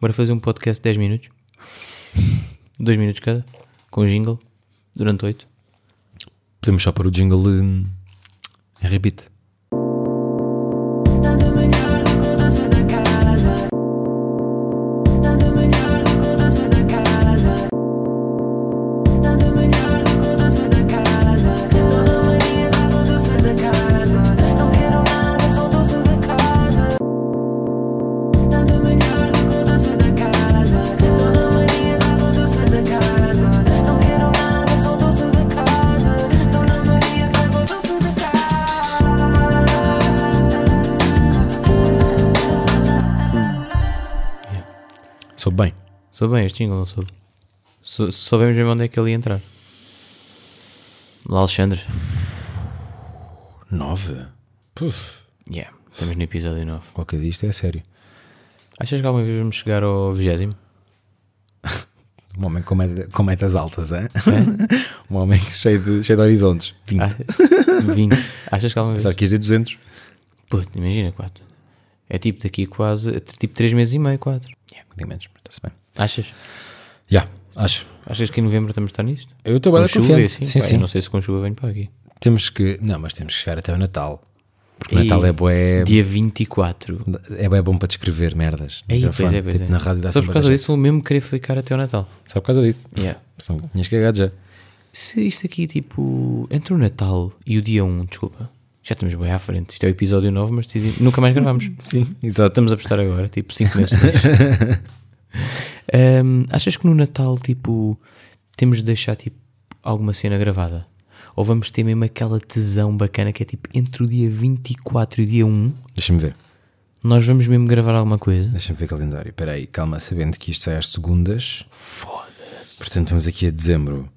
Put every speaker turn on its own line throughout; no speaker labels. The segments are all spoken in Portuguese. Bora fazer um podcast de 10 minutos. 2 minutos cada. Com um jingle. Durante 8.
Podemos só pôr o jingle hum, em repeat.
Dando manhã com dança na casa. Dando manhã com dança na casa. Dando manhã com dança na casa. Dona Maria dá doce na casa. Não quero nada, só doce na casa. Dando manhã com dança na casa. Dona Maria dá doce na casa. Não quero nada, só doce na casa. Dona Maria dá doce na casa.
Soube bem.
Soube bem este jingle, não soube? Sou- Soubemos mesmo onde é que ele ia entrar. Lá, Alexandre.
9? Puf.
Yeah. Estamos no episódio 9.
Qualquer dia isto é sério.
Achas que alguma vez vamos chegar ao 20?
Um homem com, meta- com metas altas, hein? um homem cheio de, cheio de horizontes. 20.
Ah, 20. Achas que alguma vez?
Sabe que ias dizer 200?
Puta, imagina 4. É tipo daqui a quase. é Tipo 3 meses e meio, 4.
Yeah, um bocadinho menos, mas está-se bem.
Achas?
Já, acho.
Achas que em novembro estamos a estar nisto?
Eu estou bem
com chuva e
confiante.
assim?
sim,
Pá,
sim.
Eu não sei se com chuva venho para aqui.
Temos que. Não, mas temos que chegar até o Natal. Porque o
Ei,
Natal é bué.
Dia 24.
É bem bom para descrever merdas.
Aí, pois
Microfone,
é, pois
tipo,
é.
Na rádio dá
Só por
sempre bué
causa
jeito.
disso vou mesmo querer ficar até o Natal.
Só por causa disso.
Yeah.
Só que Tinhas cagado já.
Se isto aqui, tipo, entre o Natal e o dia 1, desculpa, já estamos bem à frente. Isto é o episódio 9, mas decidi- nunca mais gravamos.
Sim, exato.
Estamos a apostar agora, tipo, 5 meses depois. Hum, achas que no Natal, tipo, temos de deixar, tipo, alguma cena gravada? Ou vamos ter mesmo aquela tesão bacana que é, tipo, entre o dia 24 e o dia 1,
Deixa-me ver.
nós vamos mesmo gravar alguma coisa?
Deixa-me ver o calendário. Espera aí, calma, sabendo que isto sai às segundas. Foda-se. Portanto, vamos aqui a dezembro.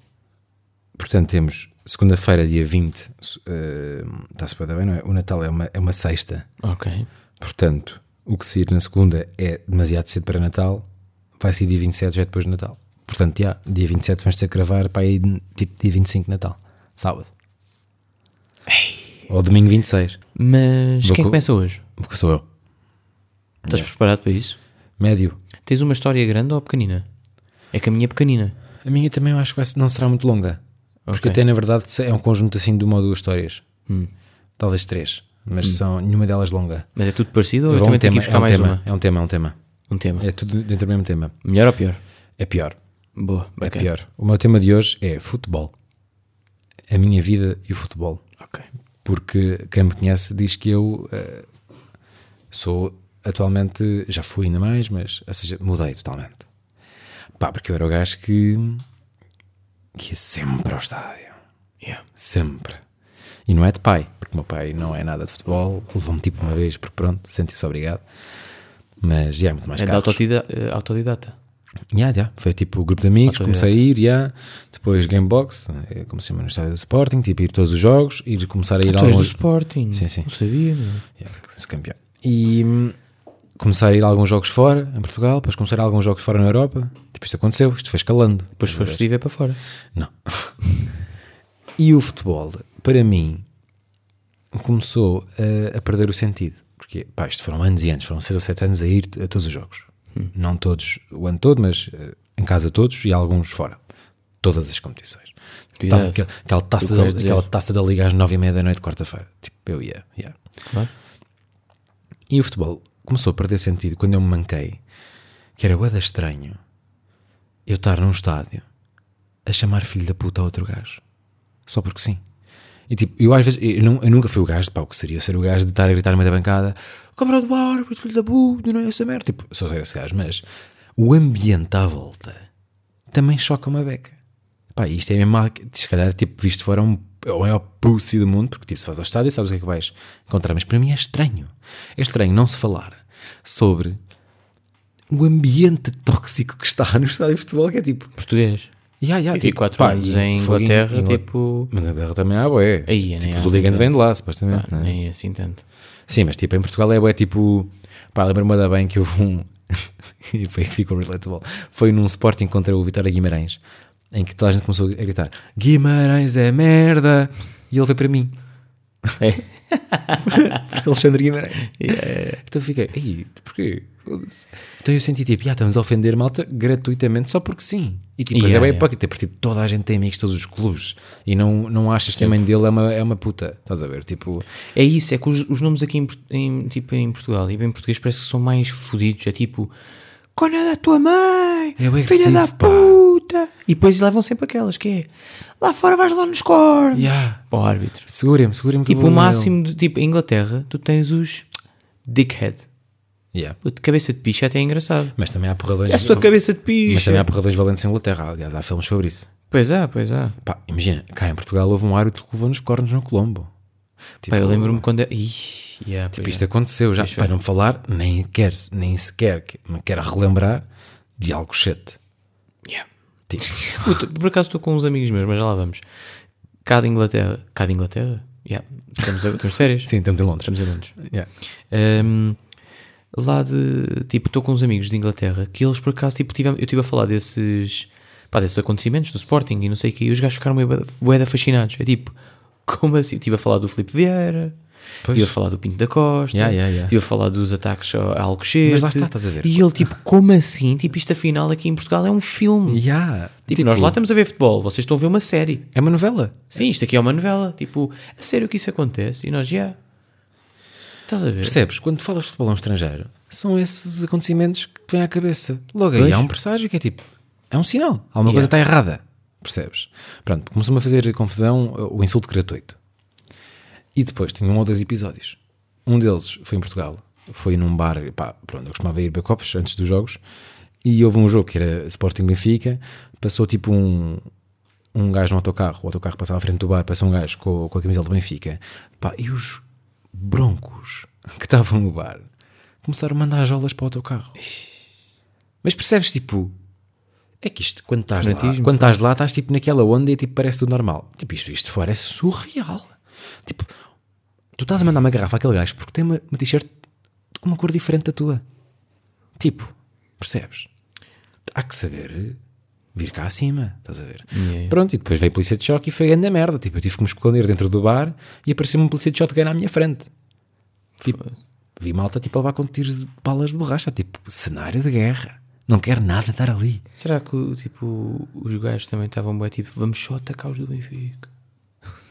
Portanto, temos segunda-feira, dia 20. su- eh, Está-se uh, bem, não é? O Natal é uma, é uma sexta.
Ok.
Portanto, o que sair na segunda é demasiado cedo para Natal. Vai ser dia 27, já é depois de Natal. Portanto, já, dia 27 vamos ter que gravar para aí tipo dia 25 de Natal. Sábado. Ou domingo 26.
Mas
Vou
quem
co-
começa hoje?
Porque sou eu.
Estás preparado para isso?
Médio.
Tens uma história grande ou pequenina? É que a minha é pequenina.
A minha também eu acho que vai ser- não será muito longa. Porque
Ok. Hum.
até na verdade é um conjunto assim de uma ou duas histórias. Talvez três. Mas são nenhuma delas longa.
Mas é tudo parecido ou Hum. eu
Vou a
também
um
tenho que ir
tema, é,
buscar
um
mais
tema,
uma?
é um tema, é um tema.
Um tema.
É tudo dentro do mesmo tema.
Melhor ou pior?
É pior.
Boa,
É
ok.
pior. O meu tema de hoje é futebol. A minha vida e o futebol.
Ok. É
Porque quem me conhece diz que eu eh, sou atualmente, já fui ainda mais, mas ou seja, mudei totalmente. Pá, porque eu era o gajo que, que ia sempre ao estádio.
Yeah.
Sempre. E não é de pai, porque o meu pai não é nada de futebol, levou-me tipo uma vez, porque pronto, senti-se obrigado. Mas já é muito mais
É de
caro.
autodida- eh, autodidata.
Yeah, yeah. Foi tipo o grupo de amigos,
é.
comecei a ir, yeah. depois Gamebox, eh, como se chama no estádio do Sporting, tipo ir todos os jogos, ir começar a ir a
Tu és do
alguns.
Sporting.
um Sim, sim.
Não sabia, meu.
Yeah, sou campeão. E hum, começar a ir a alguns jogos fora, em Portugal, depois começar a ir a alguns jogos fora na Europa. Tipo, isto aconteceu, isto foi escalando.
Depois foste viver para fora.
Não. e o futebol, para mim, começou a, a perder o sentido. Porque, pá, isto foram anos e anos, foram seis ou sete anos a ir a todos os jogos.
Hum.
Não todos o ano todo, mas eh, em casa todos e alguns fora. Todas as competições.
Cuidado.
Tá, aquela, aquela taça
queres
da,
dizer?
aquela taça da Liga às nove e meia da noite, de quarta-feira. Tipo, eu ia. ia.
Claro.
E o futebol começou a perder sentido quando eu me manquei, que era boeda estranho eu estar num estádio a chamar filho da puta a outro gajo. Só porque sim. E tipo, eu às vezes, eu, nu- eu nunca fui o gajo, pá, o que seria eu ser o gajo de estar a gritar no meio da bancada cabrão do ar, filho da puta, não é essa merda. Tipo, só era esse gajo, mas o ambiente à volta também choca uma beca. Pá, e isto é mesmo, a- se calhar, tipo, visto fora um, é o maior pussy do mundo, porque tipo, se vais ao estádio sabes o que é que vais encontrar, mas para mim é estranho. É estranho não se falar sobre o ambiente tóxico que está no estádio de futebol, que é tipo,
Português.
Ya, ya,
Eu tive quatro
tipo, pá,
anos
e
em
fogo
Inglaterra,
Ingla-
tipo-
Mas na Inglaterra também há bué.
Aí, é,
tipo,
né,
os
há
hooligans
muito.
vêm de lá, supostamente. né?
Nem é assim tanto.
Sim, mas tipo, em Portugal é bué, tipo... Pá, lembro-me da bem que houve um... e foi que ficou relatable. Foi num Sporting contra o Vitória Guimarães, em que toda a gente começou a gritar Guimarães é merda! E ele veio para mim. é
É. eh,
Porque Alexandre Guimarães. Então eu fiquei, ei, porquê? Foda-se. Então eu senti tipo, "Ya, estamos a ofender malta gratuitamente só porque sim. E tipo, mas
Ya,
é bem
ya.
hipócrita, porque tipo, toda a gente tem amigos, todos os clubes. E não, não achas que a mãe dele é uma, é uma puta. Estás a ver? Tipo,
É isso, é que os, os nomes aqui em, Port- em- tipo, em Portugal e bem em português parece que são mais fodidos. É tipo, Cona da tua mãe,
É bem
filha da
agressivo, pá.
puta. E depois levam sempre aquelas que é lá fora vais lá nos cornos.
Ya.
Para o árbitro.
segurem-me, segurem-me que eu
Tipo, o
vou-
máximo de tipo, em Inglaterra, tu tens os dickhead.
Ya.
Puto, cabeça de picha até é engraçado.
Mas também há porradões.
É a sua cabeça de
Mas
picha.
também há porradões valentes em Inglaterra. Aliás, há filmes sobre isso.
Pois é, pois é.
Pá, imagina, cá em Portugal houve um árbitro que levou nos cornos no Colombo. Tipo,
Pá, eu lembro-me quando. é- Ih, yeah,
Tipo,
pois
isto
é.
aconteceu já. Para não falar, nem quer, nem sequer que- me quero relembrar de algo chete.
Yeah.
Tipo,
Puta, por acaso estou com uns amigos meus, mas já lá vamos. Cá de Inglaterra. Cá de Inglaterra? Yeah. Estamos, a, estamos de férias?
sim, estamos em Londres.
Estamos em Londres.
Yeah.
Ahm, lá de. Tipo, estou com uns amigos de Inglaterra que eles por acaso, tipo, tivemos, eu estive a falar desses. Pá, desses acontecimentos do Sporting e não sei o que, e os gajos ficaram meio bué- bué da fascinados. É tipo, como assim? Estive a falar do Filipe Vieira,
Pois.
estive a falar do Pinto da Costa,
Yeah, yeah, yeah.
estive a falar dos ataques ao ao Alcochete.
Mas lá está, estás a ver.
E ele, tipo, como assim? Tipo, isto afinal aqui em Portugal é um filme.
Yeah.
Tipo, nós lá estamos a ver futebol, vocês estão a ver uma série.
É uma novela.
Sim, isto aqui é uma novela. Tipo, a sério que isso acontece? E nós, já. Estás a ver?
Percebes? Quando falas de futebol a um estrangeiro, são esses acontecimentos que te vêm à cabeça. Logo aí
Pois.
há um presságio que é tipo, é um sinal. Alguma
Yeah.
coisa está errada. Percebes? Pronto, começou-me a fazer confusão uh, o insulto gratuito. E depois tinha um ou dois episódios. Um deles foi em Portugal. Foi num bar, pá, pronto, eu costumava ir beber copos antes dos jogos. E houve um jogo que era Sporting Benfica. Passou tipo um, um gajo no autocarro. O autocarro passava à frente do bar. Passou um gajo com, com a camisola do Benfica. Pá, e os broncos que estavam no bar começaram a mandar as jolas para o autocarro. Mas percebes, tipo, é que isto, quando estás lá,
Fanatismo.
quando estás lá, estás tipo naquela onda e tipo parece o normal. Tipo, isto, isto fora é surreal. Tipo, tu estás a mandar uma garrafa àquele gajo porque tem uma, uma t-shirt com uma cor diferente da tua. Tipo, percebes? Há que saber vir cá acima, estás a ver?
Yeah.
Pronto, e depois veio a polícia de choque e foi grande merda. Tipo, eu tive que me esconder dentro do bar e apareceu-me um polícia de choque à minha frente. Tipo, vi malta tipo, a levar com tiros de balas de borracha, tipo, cenário de guerra. Não quero nada estar ali.
Será que, tipo, os gajos também estavam bem tipo, vamos só atacar os do Benfica?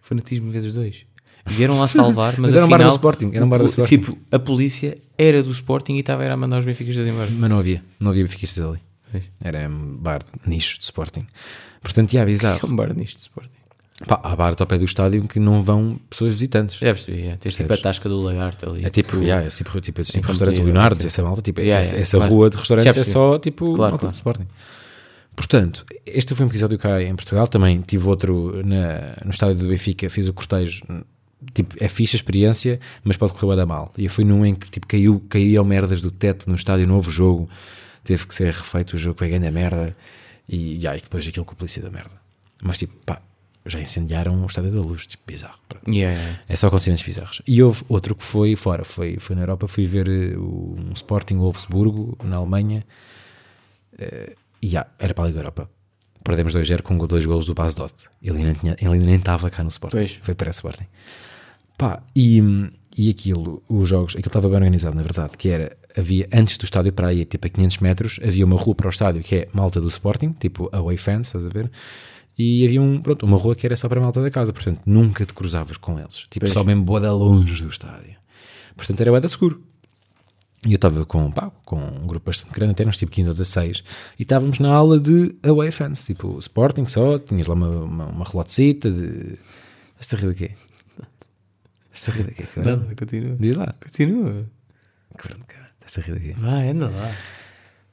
Fanatismo vezes dois. Vieram lá salvar, mas,
Mas era um bar do
afinal,
Sporting, era um bar do
o-
Sporting.
Tipo, a polícia era do Sporting e estava era a mandar os benfiquistas embora.
Mas não havia, não havia benfiquistas ali.
Pois.
Era um bar de nicho de Sporting. Portanto, ia
Que
bizarro.
roubar nisto de Sporting.
Pá, há bares ao pé do estádio que não vão pessoas visitantes.
Já percebi, é. Tens tipo a
Percebes?
tasca do lagarto ali.
É tipo, yeah, é tipo, tipo, esse tipo de
companhia
restaurante
da
Leonardo, essa malta, tipo, é, essa,
é,
essa
claro.
rua de restaurantes
Já
é
percebi.
só tipo
Claro,
malta
claro.
de Sporting. Portanto, este foi um episódio cá em Portugal. Também tive outro na- no estádio do Benfica, fiz o cortejo. Tipo, é fixe a experiência, mas pode correr bué da mal. E eu fui num em que tipo, caiu, caíam merdas do teto no estádio, novo jogo. Teve que ser refeito o jogo, foi grande a merda. E, e aí, depois aquilo com a polícia da merda. Mas tipo, pá, já incendiaram o estádio da luz, tipo, bizarro. Pronto.
Yeah, yeah.
É só acontecimentos bizarros. E houve outro que foi fora, foi, foi na Europa, fui ver eh, o- um Sporting Wolfsburgo, na Alemanha, Eh, e já, era para a Liga Europa. Perdemos 2-0 com dois golos do Bas Dost. Ele nem tinha- ele nem estava cá no Sporting.
Pois.
Foi para o Sporting. Pá, e, e aquilo, os jogos, aquilo estava bem organizado, na verdade, que era, havia, antes do estádio para aí, tipo a 500 metros, havia uma rua para o estádio que é malta do Sporting, tipo away fans, estás a ver? E havia um, pronto, uma rua que era só para a malta da casa, portanto, nunca te cruzavas com eles. Tipo, só mesmo boa da longe do estádio. Portanto, era bué da seguro. E eu estava com, pá, com um grupo bastante grande, até uns tipo 15 ou 16, e estávamos na aula de away fans, tipo Sporting só, tinhas lá uma, uma, uma relotecita de... Estás a rir daqui? Estás a rir daqui, cabrão?
Nada, continua.
É. Diz lá.
Continua.
Cabrão de cara, estás a rir daqui?
Vai, anda lá.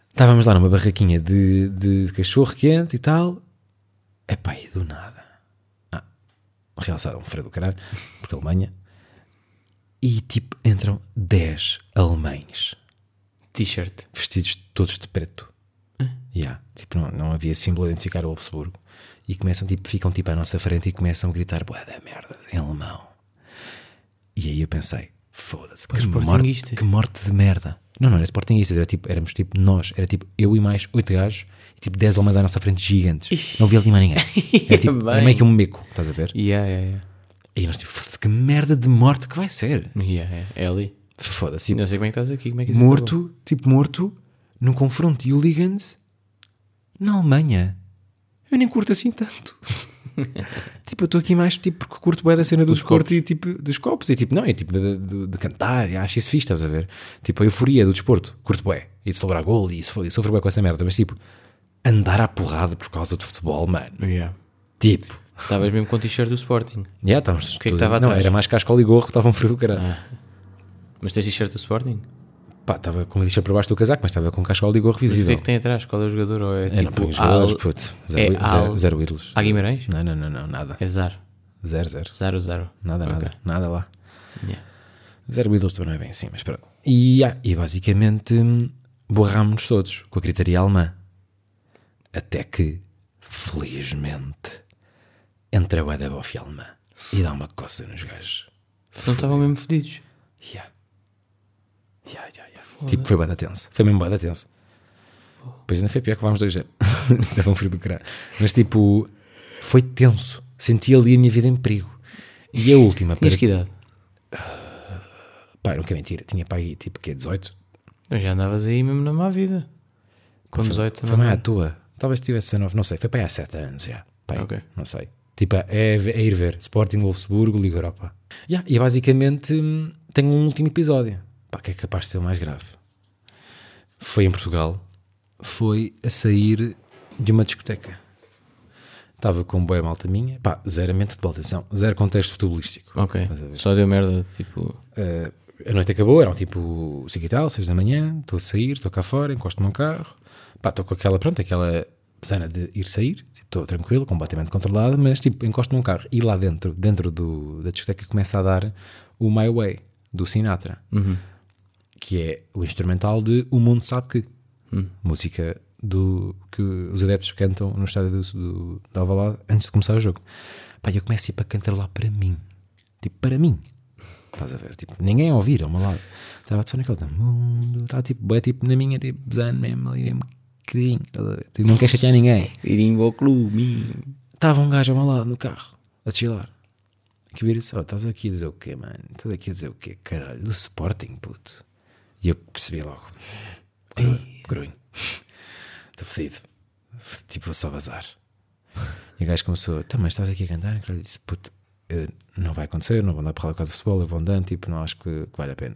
Estávamos lá numa barraquinha de, de cachorro quente e tal. Epá, e do nada. Ah, realçado, um freio do caralho, porque Alemanha. E tipo, entram 10 alemães,
T-shirt.
vestidos todos de preto. Yeah, tipo, não, não havia símbolo a identificar o Wolfsburgo. E começam, tipo, ficam tipo à nossa frente e começam a gritar, boa da merda, em alemão. E aí eu pensei, foda-se, que morte,
sportinguistas.
que morte de merda. Não, não, era sportinguistas, era tipo, éramos tipo nós, era tipo eu e mais oito gajos e tipo 10 alemães à nossa frente gigantes. Não havia ali mais ninguém. Era, tipo, era
Bem.
meio que um meco, estás a ver?
Yeah, yeah, yeah.
E nós tipo, foda-se, que merda de morte que vai ser.
Yeah, yeah. É ali.
Foda-se.
Não sei como é que estás aqui, como é que isso
Morto, tipo morto, num confronto de hooligans na Alemanha. Eu nem curto assim tanto. tipo, eu estou aqui mais tipo porque curto bem da cena do desporto e tipo dos copos. E tipo, não, é tipo de, de- de cantar, e acho isso fixe, estás a ver? Tipo, a euforia do desporto, curto bem. E de celebrar gol e sofrer, sofrer bem com essa merda. Mas tipo, andar à porrada por causa do futebol, mano.
acabou. Yeah.
Tipo.
Estavas mesmo com o t-shirt do Sporting.
Yeah, estávamos,
que é que
todos-
estava
não,
atrás? Ah.
era mais cascola e gorro que estavam frio do caralho.
Mas tens t-shirt do Sporting?
Pá, estava com a lixa por baixo do casaco, mas estava com cascola e gorro
O que é
visível.
que tem atrás? Qual é o jogador? Ou é,
É, não
tipo,
põe os jogadores,
Al-
puto. Zero,
é
i- zero,
Al-
zero ídolos.
A Guimarães?
Não, não, não, não, nada.
É Zaro.
Zero, zero.
Zaro, Zaro.
Nada, nada, nada lá.
Yeah.
Zero ídolos também não é bem assim, mas pronto. E, ah, e basicamente hum, borrámos-nos todos com a gritaria alemã. Até que, felizmente, entra o Edabof alemã e dá uma coça nos gajos.
Não estavam mesmo fedidos.
Yeah. Yeah, yeah, yeah. Tipo, foi bué da tenso. Foi mesmo bué da tenso. Pois ainda foi pior que levámos 2-0. Estava um frio do caralho. Mas tipo, foi tenso. Senti ali a minha vida em perigo. E a última, para...
Tinhas que idade?
pá, não quero mentira, tinha pá aí tipo que 18.
Eu já andavas aí mesmo na má vida. Com 18 não
Foi
é?
mais à
era?
tua. Talvez tivesse 19, não sei. Foi para aí há 7 anos já. Pá, aí,
Ok.
Não sei. Tipo, é, é ir ver Sporting Wolfsburgo, Liga Europa. Yeah, e basicamente hum, tem um último episódio. Pá, que é capaz de ser o mais grave. Foi em Portugal. Foi a sair de uma discoteca. Estava com boa malta minha. Pá, zero mente de bola, atenção. Zero contexto futebolístico.
Ok.
Estás a ver?
Só deu merda, tipo.
Eh, a noite acabou, eram tipo 5 e tal, 6 da manhã, estou a sair, estou cá fora, encosto no meu carro, pá, estou com aquela, pronto, aquela pesana de ir sair, tipo, estou tranquilo, completamente controlado, mas tipo, encosto num carro e lá dentro, dentro do, da discoteca começa a dar o My Way, do Sinatra,
uhum.
que é o instrumental de O Mundo Sabe Que, música do que os adeptos cantam no estádio do, do, da Alvalade antes de começar o jogo. Pá, e eu começo tipo, a cantar lá para mim, tipo, para mim, Estás a ver? Tipo, ninguém a ouvir ao meu lado. Estava só naquele tempo, mundo. Está tipo, é tipo na minha, tipo, zano mesmo ali, mesmo queridinho. Estás a ver? Tipo, não quer chatear ninguém.
Irimbo ao clube.
Estava um gajo ao meu lado no carro, a chilar. Que vira só, estás aqui a dizer o quê, mano? Estás aqui a dizer o quê, caralho? Do Sporting, puto. E eu percebi logo, grunho, grunho. Estou fedido. Tipo, vou só vazar. E o gajo começou, tá, mas estás aqui a cantar? E eu disse, puto, eh, não vai acontecer, não vou andar para lá por causa do futebol, eu vou andando, tipo, não acho que, que vale a pena.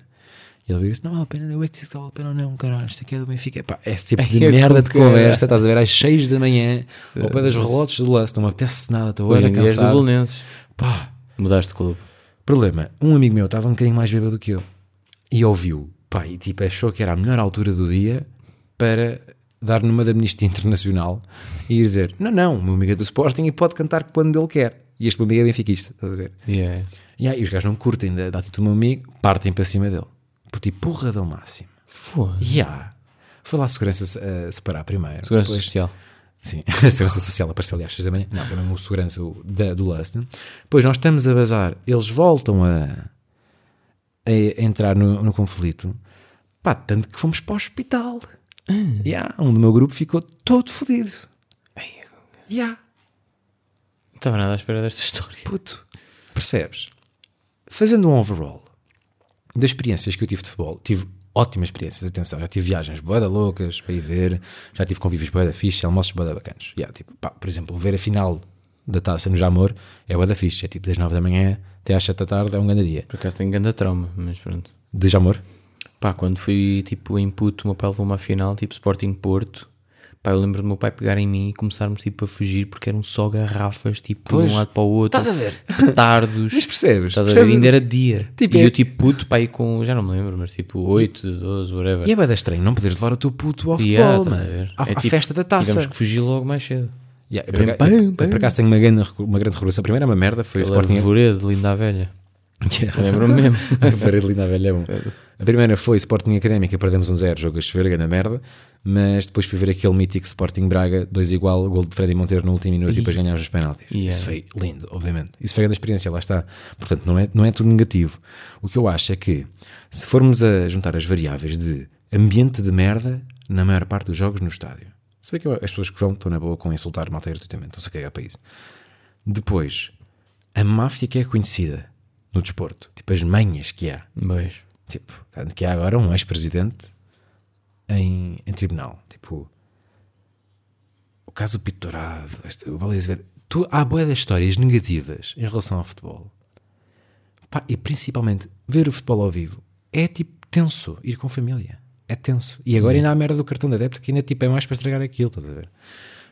E ele disse, não vale a pena, eu é que sei se vale a pena ou não, caralho, isto aqui é do Benfica. Pá, esse tipo de
Ai, eu
merda de
com cara.
conversa, estás a ver, às 6 da manhã, ao pé das relotes do lance, não me apetece nada, estou
Hoje
era
em dia és do
cansado.
Bolonenses.
Pá,
Mudaste de clube.
Problema, um amigo meu estava um bocadinho mais bêbado do que eu e ouviu, pá, e tipo achou que era a melhor altura do dia para dar numa da Amnistia Internacional e ir dizer: Não, não, o meu amigo é do Sporting e pode cantar quando ele quer. E este meu amigo é benfiquista, estás a ver?
Yeah.
E aí os gajos não curtem da, da atitude do meu amigo, partem para cima dele. Por tipo, porradão máximo.
Foda.
E há. Foi lá a segurança eh, separar primeiro.
Segurança
depois-
social.
Sim, a Segurança Social apareceu ali às 6 da manhã. Não, também o Segurança o da, do Luston. Depois nós estamos a bazar, eles voltam a, a entrar no, no conflito. Pá, tanto que fomos para o hospital. Yeah, um do meu grupo ficou todo fodido. Yeah,
Não estava nada à espera desta história.
puto. Percebes? Fazendo um overall das experiências que eu tive de futebol, tive ótimas experiências, atenção, já tive viagens boeda loucas para ir ver, já tive convívios boeda fixe, almoços boeda bacanas. Yeah, tipo, pá, por exemplo, ver a final da taça no Jamor é boeda fixe, é tipo das 9 da manhã até às 7 da tarde, é um grande dia.
Por acaso tenho grande trauma, mas pronto.
De Jamor?
Pá, quando fui tipo em puto, o meu pai levou-me à final, tipo Sporting Porto. Pá, eu lembro do meu pai pegar em mim e começarmos tipo a fugir porque eram só garrafas, tipo
Pois.
de um lado para o outro.
Estás a ver?
Petardos.
Mas percebes?
Estás a ver?
Percebes?
Ainda era dia.
Tipo,
e
é-
eu tipo puto, pá, aí com, já não me lembro, mas tipo 8, 12, whatever.
E é boeda estranho não poderes levar o teu puto ao futebol,
Yeah, estás a
mano.
ver?
À,
É
à
tipo,
festa da taça.
Tivemos que fugir logo mais cedo.
Yeah,
Eu
eu, por
bem,
acaso- eu-
bem,
eu por acaso tenho uma grande, recu- uma grande recordação. A primeira é uma merda, foi o
Pela
Sporting.
Arvoredo, linda a velha.
Yeah.
Lembro-me mesmo.
A parede linda à velha é bom. A primeira foi Sporting Académica, perdemos um zero, jogo a chover, grande merda. Mas depois fui ver aquele mítico Sporting Braga, 2 igual, gol de Freddy Monteiro no último minuto e depois ganhámos os penaltis.
Yeah.
Isso foi lindo, obviamente. Isso foi grande experiência, lá está. Portanto, não é, não é tudo negativo. O que eu acho é que se formos a juntar as variáveis de ambiente de merda na maior parte dos jogos no estádio. Se bem que as pessoas que vão estão na boa com insultar malta gratuitamente, estão-se a cagar para isso. Depois, a máfia que é conhecida no desporto, tipo as manhas que há.
Mas
Tipo, tanto que há agora um ex-presidente em, em tribunal. Tipo, o caso Pitorado, este, o Vale Azevedo. Tu, há boé das histórias negativas em relação ao futebol. Pá, e principalmente, ver o futebol ao vivo é tipo tenso, ir com família. É tenso. E agora ainda há a merda do cartão de adepto que ainda tipo, é mais para estragar aquilo, estás a ver?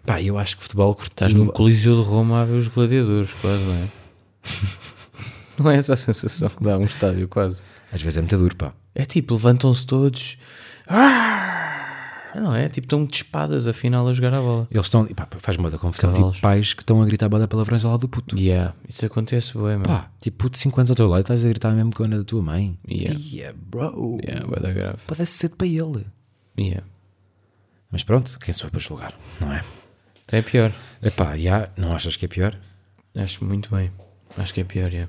Pá, eu acho que o futebol
Estás no Coliseu de Roma a ver os gladiadores, quase, não é? não é essa a sensação que dá um estádio, quase.
às vezes é muito duro, pá.
É tipo, levantam-se todos. Ah! Não é? Tipo, estão de espadas afinal a jogar a bola.
Eles estão, e pá, faz-me bué da confusão,
Cavalos.
tipo pais que estão a gritar bada palavrões ao lado do puto.
Yeah, isso acontece, bem, mano.
Pá, tipo, puto 5 anos ao teu lado, estás a gritar mesmo com a Ana da tua mãe.
Yeah.
bro.
Yeah, bué da grave.
Parece cedo para ele.
Yeah.
Mas pronto, quem sou eu para julgar, não é?
Até é pior.
Epá, já, não achas que é pior?
Acho muito bem. Acho que é pior, é.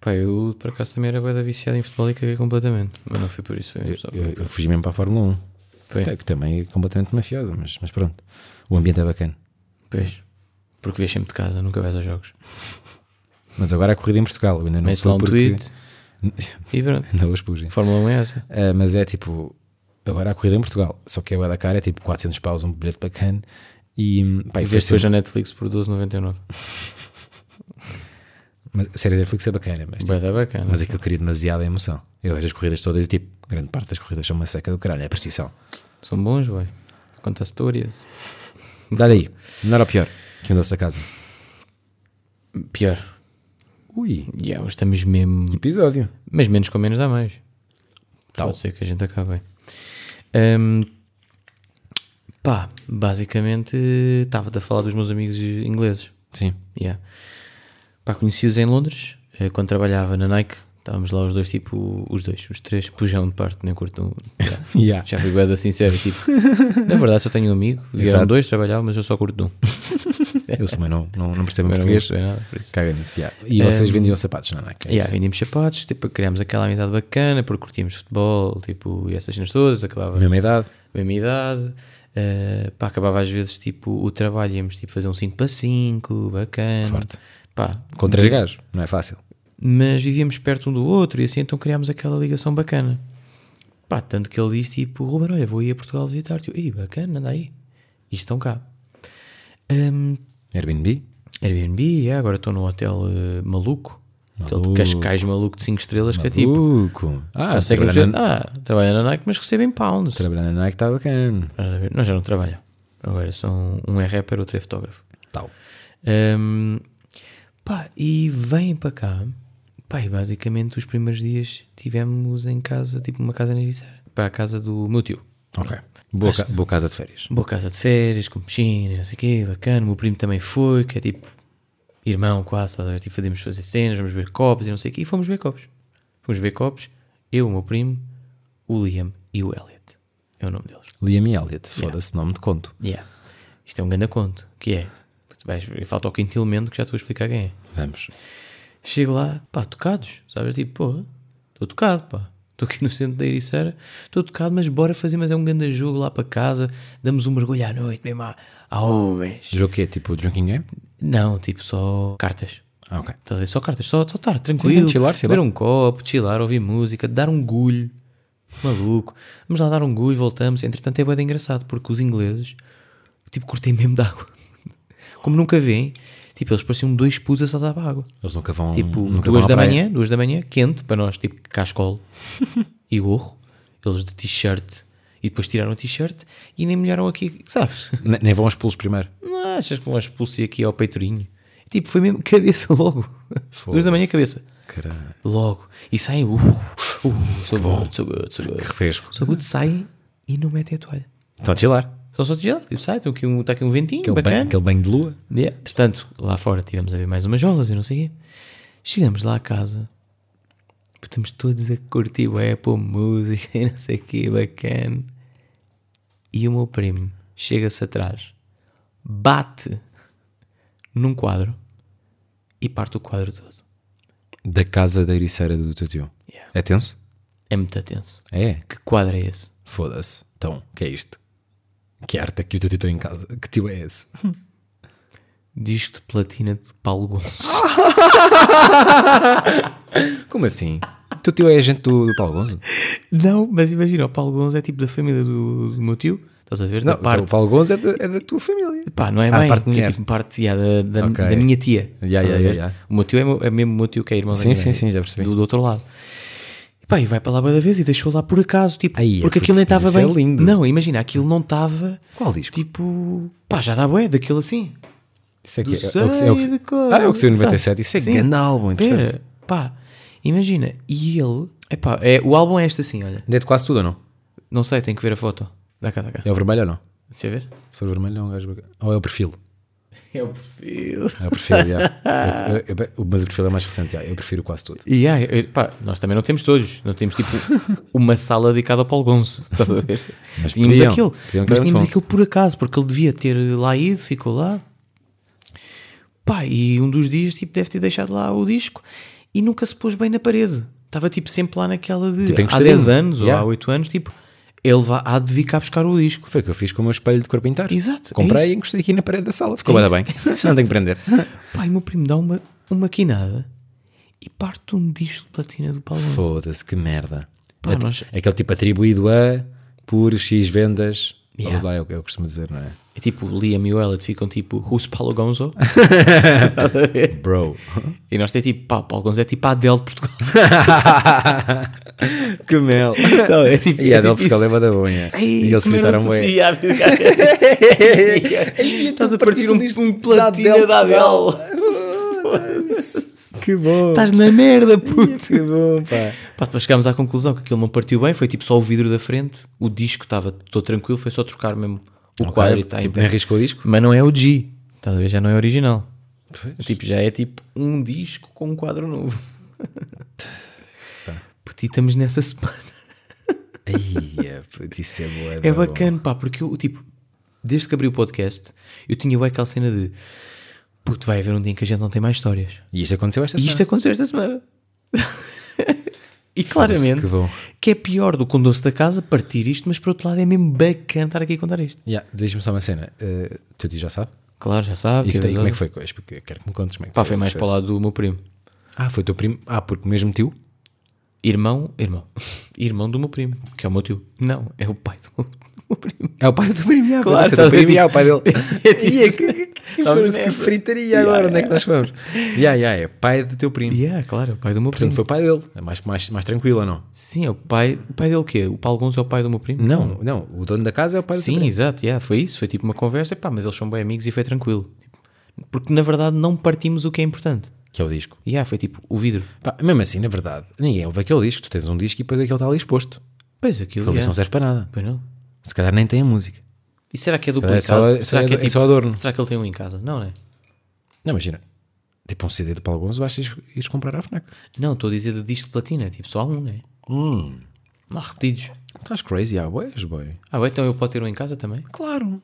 Pá, eu por acaso também era bué da viciado em futebol e caguei completamente. Mas não foi por isso. Foi só por-
Eu, eu fugi mesmo para a Fórmula 1.
Foi.
Até Que também é completamente mafiosa, mas, mas pronto. O ambiente é bacana.
Pois. Porque vês sempre de casa, nunca vais aos jogos.
Mas agora a corrida em Portugal, eu ainda não
Metes lá
estou
um
porque.
tweet e pronto.
Ainda hoje pus.
Fórmula 1 é essa.
Ah, mas é tipo, agora a corrida em Portugal, só que é bué da cara, é tipo 400 paus, um bilhete bacana. E, pá, e
E
foi
vês
sempre,
depois a Netflix por 12,99.
mas a série da Netflix é bacana, mas, tipo,
Bué da bacana.
mas aquilo queria demasiada emoção. Eu vejo as corridas todas e tipo, grande parte das corridas são uma seca do caralho, é precisão.
São bons, ué. Conta histórias.
Dá aí, melhor ou pior que um doce da casa?
Pior.
Ui,
Yeah, hoje estamos mesmo.
episódio.
Mas menos com menos dá mais.
Tal.
Pode ser que a gente acabe. aí. Hum, pá, basicamente estava-te a falar dos meus amigos ingleses.
Sim.
Yeah. Pá, conheci-os em Londres eh, quando trabalhava na Nike. Estávamos lá os dois, tipo, os dois, os três, pujão de parte, nem curto. um- Yeah.
Yeah.
Já fui bem sincero, tipo, na verdade só tenho um amigo, vieram
Exato.
dois trabalhar, mas eu só curto de um.
Eles também não, não, não percebem
Eu não
português.
gosto de nada, por isso.
Caga nisso, yeah. E vocês vendiam sapatos na Nike? é
Yeah,
isso?
vendíamos sapatos, tipo, criámos aquela amizade bacana, porque curtíamos futebol, tipo, e essas cenas todas, acabava
Mesma idade?
mesma idade, eh, pá, acabava às vezes, tipo, o trabalho, íamos, tipo, fazer um 5 para 5, bacana.
Forte.
Pá,
Com três gajos, não é fácil.
mas vivíamos perto um do outro e assim então criámos aquela ligação bacana. Pá, tanto que ele diz tipo, Ruben, olha, vou ir a Portugal visitar-te. Eu, Ei, bacana, anda aí. E estão cá. Ahm,
Airbnb?
Airbnb, yeah, agora estou num hotel eh, maluco, aquele
Maluco.
de Cascais maluco de 5 estrelas que é tipo,
Maluco. Ah,
conseguem
trabalhar
dizer,
na,
ah, trabalha na Nike, mas recebem pounds.
trabalhar na Nike está bacana.
Nada a ver. não, já não trabalham. Agora são um é rapper, outro é fotógrafo.
Tal.
Ahm, pá, e vêm para cá. Pá, e basicamente os primeiros dias tivemos em casa, tipo uma casa na Ericeira, para a casa do meu tio.
Ok. Boa, ca- boa casa de férias.
Boa casa de férias, com piscina, não sei o quê, bacana. O meu primo também foi, que é tipo irmão quase, estás a ver? Tipo, podemos fazer cenas, vamos ver copos e não sei o quê. E fomos ver copos. Fomos ver copos, eu, o meu primo, o Liam e o Elliot. É o nome deles.
Liam e Elliot, foda-se, nome de conto.
Yeah. Isto é um grande conto, que é... Vais, falta o quinto elemento que já te vou explicar quem é.
Vamos.
Chego lá, pá, tocados, sabes? Tipo, porra, estou tocado, pá. Estou aqui no centro da Ericeira, estou tocado, mas bora fazer, mas é um grande jogo lá para casa, damos um mergulho à noite, mesmo à, à homens.
Jogo que é tipo Drinking Game?
Não, tipo, só cartas.
Ah, ok.
Estás a ver? Só cartas, só, só estar tranquilo,
sim, chilar, chilar.
beber um copo, chilar, ouvir música, dar um gulho, maluco. Vamos lá dar um gulho, voltamos. Entretanto é bem engraçado, porque os ingleses, tipo, curtem mesmo de água. Como nunca veem, tipo, eles pareciam dois pus a saltar para a água.
Eles nunca vão.
Tipo,
Hum, nunca
duas
vão à
da
praia.
manhã, duas da manhã, quente, para nós, tipo, cascolo e gorro, eles de t-shirt, e depois tiraram o t-shirt e nem molharam aqui, sabes?
Ne- Nem vão aos pulos primeiro.
Não achas que vão expulsar aqui ao peitorinho? Tipo, foi mesmo cabeça logo. Duas da manhã, cabeça.
Caralho.
Logo. E saem, uh, uh, sou good, sou good, sou good.
Que refresco.
Sou good, saem e não metem a toalha.
Estão a chilar.
São só de gelo, tipo, sai, está aqui, um, tá aqui um ventinho,
Aquele
bacana.
banho, aquele banho de lua.
Yeah. Portanto, lá fora tivemos a ver mais umas jolas e não sei o quê. Chegamos lá a casa, tipo, estamos todos a curtir bué, pôr música e não sei o quê, bacana. E o meu primo chega-se atrás, bate num quadro e parte o quadro todo.
Da casa da ericeira do teu tio.
Yeah.
É tenso?
É muito tenso.
É.
Que quadro é esse?
Foda-se. Então, o que é isto? Que arte é que o teu tio tem em casa? Que tio é esse?
Disco de platina de Paulo Gonçalves.
Como assim? teu tio é agente do, do Paulo Gonzo?
Não, mas imagina, o Paulo Gonzo é tipo da família do, do meu tio, estás a ver?
Não,
da parte.
o Paulo Gonzo é da, é da tua família.
Pá, não é
Ah,
mãe,
parte de
é
mulher.
tipo parte yeah, da, da,
Ok.
da minha tia.
Ya,
Estás
ya,
a
ya,
ver?
ya.
O meu tio é, mo- é mesmo o meu tio que é irmão
Sim,
da minha
sim, sim, já percebi.
Do, do outro lado. E pá, e vai para lá bué da vez e deixou lá por acaso, tipo,
Aí é
porque
porque
aquilo nem
isso-
estava
isso é
bem.
lindo.
Não, imagina, aquilo não estava
Qual disco?
tipo, pá, já dá bué, daquilo assim.
Isso é
Do
que é, é o que, é o que,
sei de cor,
ah, é o que saiu em
sabe?
97. Isso é
Sim. É.
grande álbum, interessante.
Pera, pá, imagina, e ele, epá, é, o álbum é este assim, olha,
Ainda é de quase tudo ou não?
não sei, tenho que ver a foto. Dá cá, dá cá.
É o vermelho ou não?
Deixa eu ver.
Se for vermelho, é um gajo. bacana. Ou é o perfil?
É o perfil.
É o perfil, yeah. Eu- eu- eu- mas o perfil é mais recente, yeah. eu prefiro quase tudo.
E yeah, eu- pá, nós também não temos todos, não temos tipo uma sala dedicada ao Paulo Gonzo. estás a ver?
Mas
tínhamos
podiam,
aquilo,
podiam
mas
que era muito
tínhamos
bom.
aquilo por acaso, porque ele devia ter lá ido, ficou lá. Pá, e um dos dias tipo, deve ter deixado lá o disco e nunca se pôs bem na parede. Estava tipo sempre lá naquela de
Tipo,
há
encostadinho.
10 anos
Yeah.
ou há 8 anos, tipo, ele vá, há de vir cá buscar o disco.
Foi o que eu fiz com o meu espelho de corpo inteiro.
Exato, é
Comprei
isso. É
e encostei aqui na parede da sala. Ficou bem, bem. Não tenho que prender.
Pá, e o meu primo dá uma, uma quinada e parte um disco de platina do Paulo Gonzo.
Foda-se, que merda.
Pá,
É-
nós-
Aquele tipo atribuído a por X vendas. blá,
Yeah.
Blá, blá, é o que eu costumo dizer, não é?
É tipo, Liam e o Elliot ficam tipo, who's Paulo Gonzo?
Bro.
E nós tem tipo, pá, Paulo Gonzo é tipo a Adele de Portugal.
que mel.
Não, é tipo-
e
é
a Del
tipo isso.
Fiscal é bué da bonha. E eles fritaram bem.
Estás a partir um, um platina da Adele.
Que bom.
Estás na merda, puto.
Que bom, pá.
Pá, depois chegámos à conclusão que aquilo não partiu bem, foi tipo só o vidro da frente, o disco estava todo tranquilo, foi só trocar mesmo o quadro e tá,
tipo,
então.
nem arriscou o disco.
Mas não é o G, estás a ver? Já não é original. Tipo, já é tipo um disco com um quadro novo. Tá. Puto, e estamos nessa semana.
Ai, é, puto, isso é bué da
É
bom.
bacana, pá, porque eu, tipo, desde que abri o podcast, eu tinha o aquela cena de puto, vai haver um dia em que a gente não tem mais histórias.
E isto aconteceu esta
E
semana.
isto aconteceu esta semana. e claramente,
que bom.
que é pior do que um doce da casa partir isto, mas por outro lado é mesmo bacana estar aqui a contar isto.
Yeah, Diz-me só uma cena. Uh, teu tio já sabe?
Claro, já sabe.
E, que-
que é
e como é
verdade.
que foi? com isto? Porque quero que me contes. Como é que
Pá, foi
esse
mais para o
processo.
lado do meu primo.
Ah, foi o teu primo. Ah, porque o mesmo tio?
Irmão, irmão. Irmão do meu primo, que é o meu tio. Não, é o pai do meu, do meu primo.
É o pai do teu primo. Yeah,
Claro,
pois é, é o teu
tá, é
primo.
tipo-
yeah, o pai dele.
É tipo-
Ia, que, que, que,
Estamos
foda-se, que
nessa.
fritaria
Yeah,
agora. Onde é que nós vamos? yeah, yeah, é pai do teu primo.
Yeah, claro, é o pai do meu primo.
Portanto, foi o pai dele. É mais, mais, mais tranquilo ou não?
Sim, é o pai. O pai dele o quê? O Paulo Gonzo é o pai do meu primo?
Não, não. O dono da casa é o pai do teu
Sim, exato, yeah, foi isso. Foi tipo uma conversa, pá, mas eles são bem amigos e foi tranquilo. Porque na verdade não partimos o que é importante.
primo, que é o disco.
E yeah, foi tipo o vidro.
Pá, mesmo assim, na verdade, ninguém ouve aquele disco. Tu tens um disco e depois aquele está ali exposto.
Pois aquilo.
Aquele disco
Yeah.
não serve para nada.
Pois não.
Se calhar nem tem a música.
E será que é
calhar
duplicado?
é só- é só-
será, que
é só adorno.
será que ele tem um em casa? Não, não é?
Não, imagina. Tipo um CD do Paulo Gomes, vais ires, ires comprar à FNAC.
Não, estou a dizer de disco de platina, tipo só há um, não é?
Hum.
Não há repetidos.
Estás crazy, ah, boés, boy.
Ah, bem, então eu posso ter um em casa também?
Claro.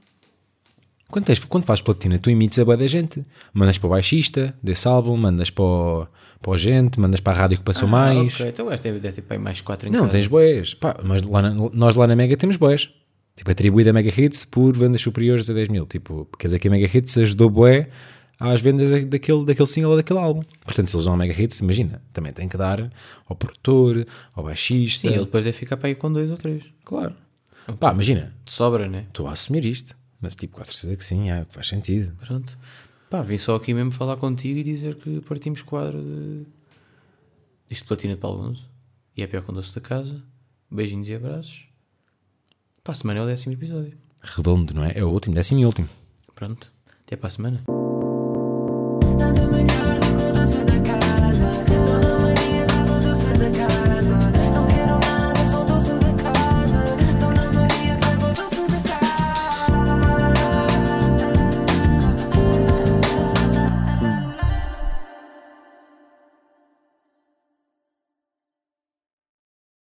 Quando, tens, quando fazes platina, tu imites a boa da gente. Mandas para o baixista desse álbum, mandas para o, para o gente, mandas para a rádio que passou mais.
Ok, então esta deve ter pá, aí mais quatro em
Não,
casa.
tens boés. Pá, mas lá na- nós lá na Mega temos boés. Tipo, atribuída a Mega Hits por vendas superiores a 10 mil. Tipo, quer dizer que a Mega Hits ajudou boé às vendas da- daquele, daquele single ou daquele álbum. Portanto, se eles dão a Mega Hits, imagina, também tem que dar ao produtor, ao baixista.
Sim, ele depois deve ficar para aí com dois ou três.
Claro. Pá, imagina,
De sobra, não é?
estou a assumir isto, mas tipo, com a certeza que sim, é, que faz sentido.
Pronto. Pá, vim só aqui mesmo falar contigo e dizer que partimos quadro de. Isto de platina de Paulo Gonzo. E é pior com doce da casa. Beijinhos e abraços. Para a semana é o décimo episódio.
Redondo, não é? É o último, décimo e último.
Pronto. Até para a semana.
Dando-me